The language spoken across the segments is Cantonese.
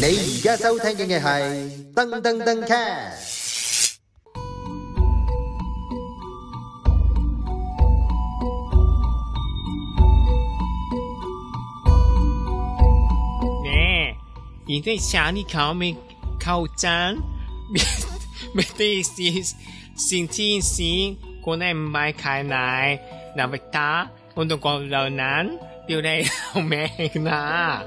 你而家收聽嘅係噔噔噔 cast。ねえ、¿y de Shani Kami Kauchan? ¿Me dices sin tin sin con el mai kai nai? ¿La verdad? ¿Uno con lo nan? ¿Yo le lo me na?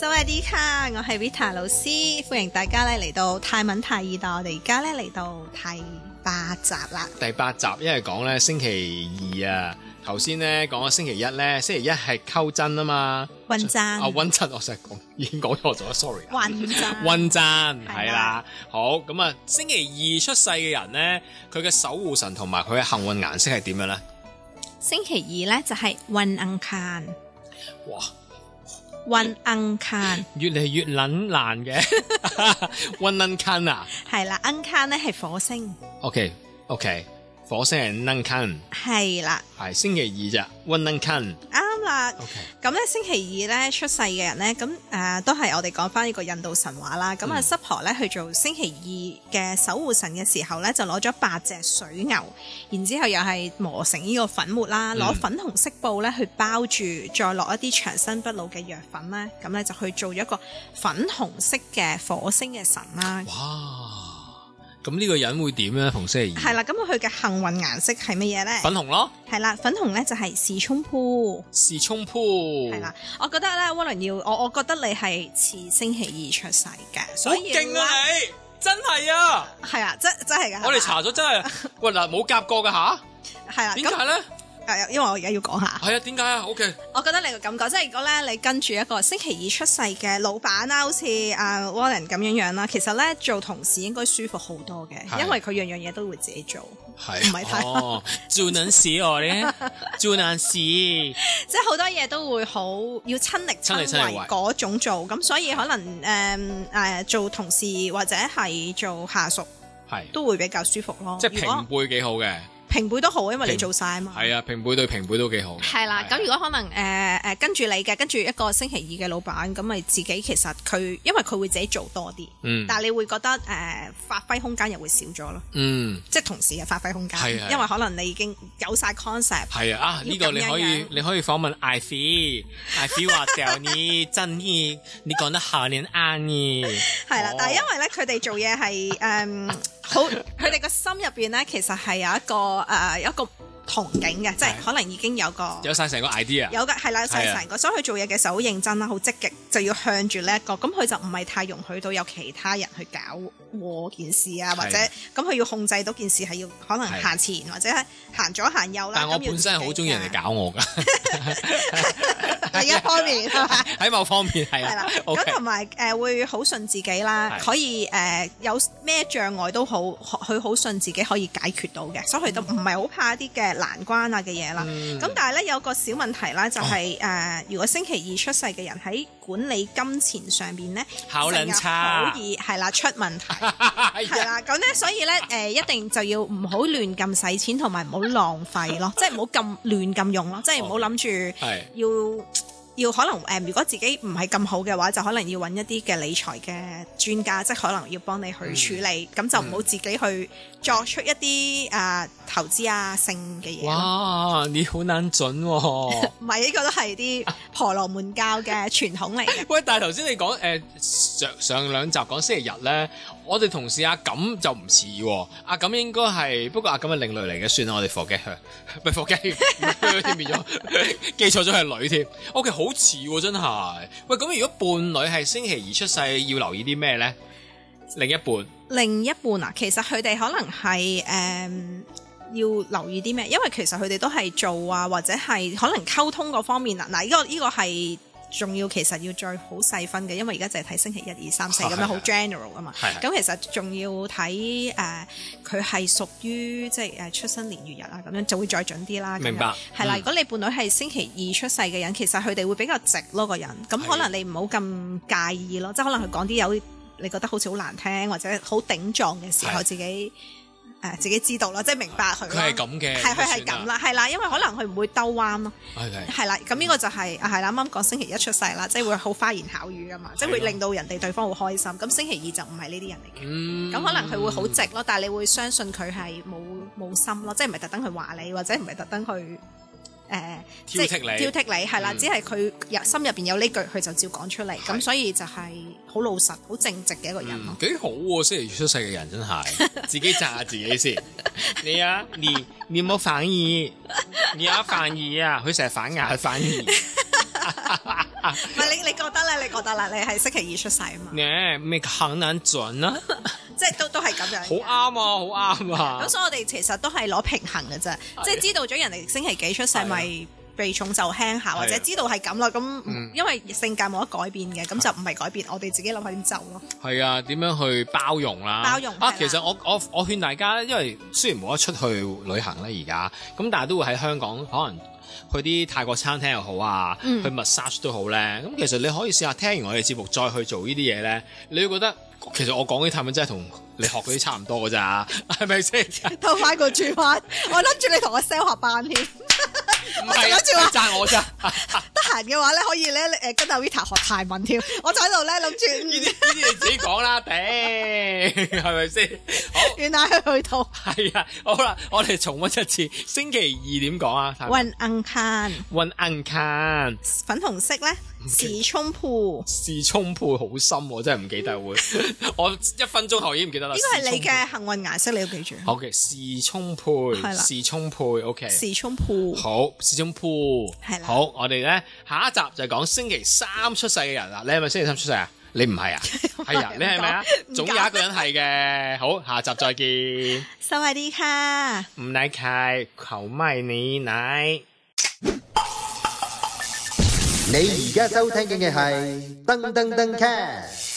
收一啲卡，我係 Vita 老師，歡迎大家咧嚟到泰文泰二代，我哋而家咧嚟到第八集啦。第八集，因為講咧星期二啊，頭先咧講咗星期一咧，星期一係溝真啊嘛，混贊啊温真，我成日講已經講錯咗，sorry 啊。混贊，温真係係啦啦，好咁啊！星期二出世嘅人呢，佢嘅守護神同埋佢嘅幸運顏色係點樣呢？星期二咧就係混硬卡，哇，混硬卡越嚟越撚難嘅， 温撚坑啊係啦，硬卡咧係火星， ！OK OK，火星係撚坑，係啦，係星期二咋，温撚坑。啱啦。 OK，咁咧星期二咧出世嘅人咧，咁誒、呃都係我哋講翻呢個印度神話啦。咁啊、嗯濕婆咧去做星期二嘅守護神嘅時候咧，就攞咗八隻水牛，然之後又係磨成呢個粉末啦，攞嗯粉紅色布咧去包住，再落一啲長生不老嘅藥粉咧，咁咧就去做一個粉紅色嘅火星嘅神啦。哇！咁呢個人會點呢？逢星期係二，啦，咁佢嘅幸運顏色係乜嘢咧？粉紅咯，係啦，粉紅咧就係時沖鋪。是沖係鋪啦。，我覺得咧，Warren 要我，我覺得你係似星期二出世嘅，好所以勁啊！你真係啊！係啊，真真係㗎。我哋查咗真係，喂嗱，冇夾過㗎吓，係啦，點咁解呢？誒因為我而家要講下，係啊，點解啊？OK，我覺得你個感覺，即係如果咧你跟住一個星期二出世嘅老闆啦，好似阿 Warren 咁樣樣啦，其實咧做同事應該舒服好多嘅，係因為佢樣樣嘢都會自己做，係唔係太哦，做緊事我 咧，做緊事，即係好多嘢都會好要親力親親力親為為嗰種做，咁所以可能誒誒、誒做同事或者係做下屬係都會比較舒服咯。即係如果平輩幾好嘅，平輩都好，因為你平做晒啊嘛。係啊，平輩對平輩都幾好嘅。係啦，係啊咁如果可能誒誒跟住你嘅，跟住一個星期二嘅老闆，咁咪自己其實佢因為佢會自己做多啲，嗯但係你會覺得誒、呃、發揮空間又會少咗咯，嗯即係同時嘅發揮空間係啊係，因為可能你已經有晒 concept，係啊，啊呢個你可要咁以樣樣你可以訪問 Ivy，Ivy 話掉你真意， 你講得好你啱你。係啦哦，但係因為咧佢哋做嘢係誒 好，佢哋個心入邊咧其實係有一個誒、呃有一個憧憬嘅，即係係可能已經有個。有晒成個 idea，有嘅係啦，有係晒啊成個，所以佢做嘢嘅時候好認真啦，好積極，就要向住呢一個，咁佢就唔係太容許到有其他人去搞禍件事啊，係或者咁佢要控制到件事係要可能係行前或者行左行右啦。但我本身係好中意人哋搞我噶，搞，第一方面 係嘛？喺某方面 係係啊 啦， ，OK，咁同埋誒會好信自己啦，係可以誒、呃有咩障礙都好，佢好信自己可以解決到嘅，所以佢都唔係好怕一啲嘅難關啊嘅嘢啦。嗯哦咁但係咧有個小問題啦，就係、呃如果星期二出世嘅人喺管理金錢上邊咧，考成日撚差。好，易係啦出問題 係係啊 啦，咁咧，所以咧，誒、一定就要唔好亂咁使錢，同埋唔好浪 費咯，即係唔好咁亂咁用咯，即哦係唔好諗住係。要要可能誒、如果自己唔係咁好嘅話，就可能要揾一啲嘅理財嘅專家，即係可能要幫你去處理，咁、嗯就唔好自己去作出一啲誒、啊投資啊性嘅嘢咯。哇，你好撚準喎、唔係呢個都係啲婆羅門教 嘅傳統嚟嘅，喂，但係頭先你講誒、呃上上兩集講星期日咧，我哋同事阿錦就唔似喎，阿錦應該係不過阿錦係另類嚟嘅，算啦，我哋 forget 佢， 唔係 forget 變咗， 記錯咗係女添。OK，好似喎，真係。喂，咁如果伴侶係星期二出世，要留意啲咩咧？另一半另一半啊，其實佢哋可能係誒、要留意啲咩，因為其實佢哋都係做啊，或者係可能溝通嗰方面啊，嗱、呢個呢、個係。仲要其實要再好細分嘅，因為而家就係睇星期一、二、三、四咁係樣好 general 啊嘛。係係咁其實仲要睇誒，呃佢係屬於即係誒出生年月日啊，咁樣就會再準啲啦。咁樣明白係啦，嗯如果你伴侶係星期二出世嘅人，其實佢哋會比較直咯個人，咁係可能你唔好咁介意咯，即係可能佢講啲有你覺得好似好難聽或者好頂撞嘅時候，係自己誒、誒自己知道啦，即係明白佢啦。佢係咁嘅係佢係咁啦，係啦，因為可能佢唔會兜彎咯， ，OK，係啦。咁呢個就係啊係啦，啱啱講星期一出世啦，即係會好花言巧語噶嘛，即係會係咯令到人哋對方好開心。咁星期二就唔係呢啲人嚟嘅。嗯，咁可能佢會好直咯，但係你會相信佢係冇冇心咯，即係唔係特登去話你，或者唔係特登去誒、呃挑剔你即係挑剔你係啦，嗯只係佢入心入邊有呢句，佢就照講出嚟，咁係所以就係好老實、好正直嘅一個人咯嗯，。幾好喎、星期二出世嘅人真 係，自己炸下自己先。你啊，你你冇反意，你有反意啊，佢成日反牙反 意。嗯唔係你你覺得咧？你覺得啦？你係星期二出世啊嘛，你咩肯難準啊？即係都都係咁樣。好啱。啊，好啱啊咁！所以我哋其實都係攞平衡嘅啫，即係知道咗人哋星期幾出世係啊咪。避重就輕下，或者係啊知道係咁啦，咁嗯因為性格冇得改變嘅，咁就唔係改變，我哋自己諗下點走咯。係啊，點樣去包容啦？包容係啊！啦其實我我我勸大家咧，因為雖然冇得出去旅行咧而家，咁但係都會喺香港可能。去啲泰國餐廳又好啊，嗯去 massage 都好咧。咁其實你可以試下聽完我哋節目再去做呢啲嘢咧，你會覺得其實我講啲泰文真係同你學嗰啲差唔多㗎咋， 係咪先？偷翻個轉彎，我諗住你同我 sell 下班添。唔係啊仲諗，讚我咋？ 呢得閒嘅話咧，可以咧誒跟阿 Vita 學泰文添。我就喺度咧啲諗住，嗯呢啲你自己講啦，頂係咪先？好。嗯原來佢去到係啊，好啦，我哋重温一次，星期二點講啊？雲硬坑 One Uncan 粉紅色咧，嗯時沖鋪。是充沛好深，我真係唔記得會， 我一分鐘後已經唔記得啦。呢個係你嘅幸運顏色，你要記住。好嘅，是充沛係啦，是充沛，OK，時沖鋪，好，是充沛，係啦好，我哋咧下一集就講星期三出世嘅人啦，你係咪星期三出世啊？你唔 係啊？係啊，你係咪啊唔？講總有一個人係嘅，好，下集再見，收下啲卡。唔奶契，求咪你奶。你而家收聽嘅係噔噔噔 c a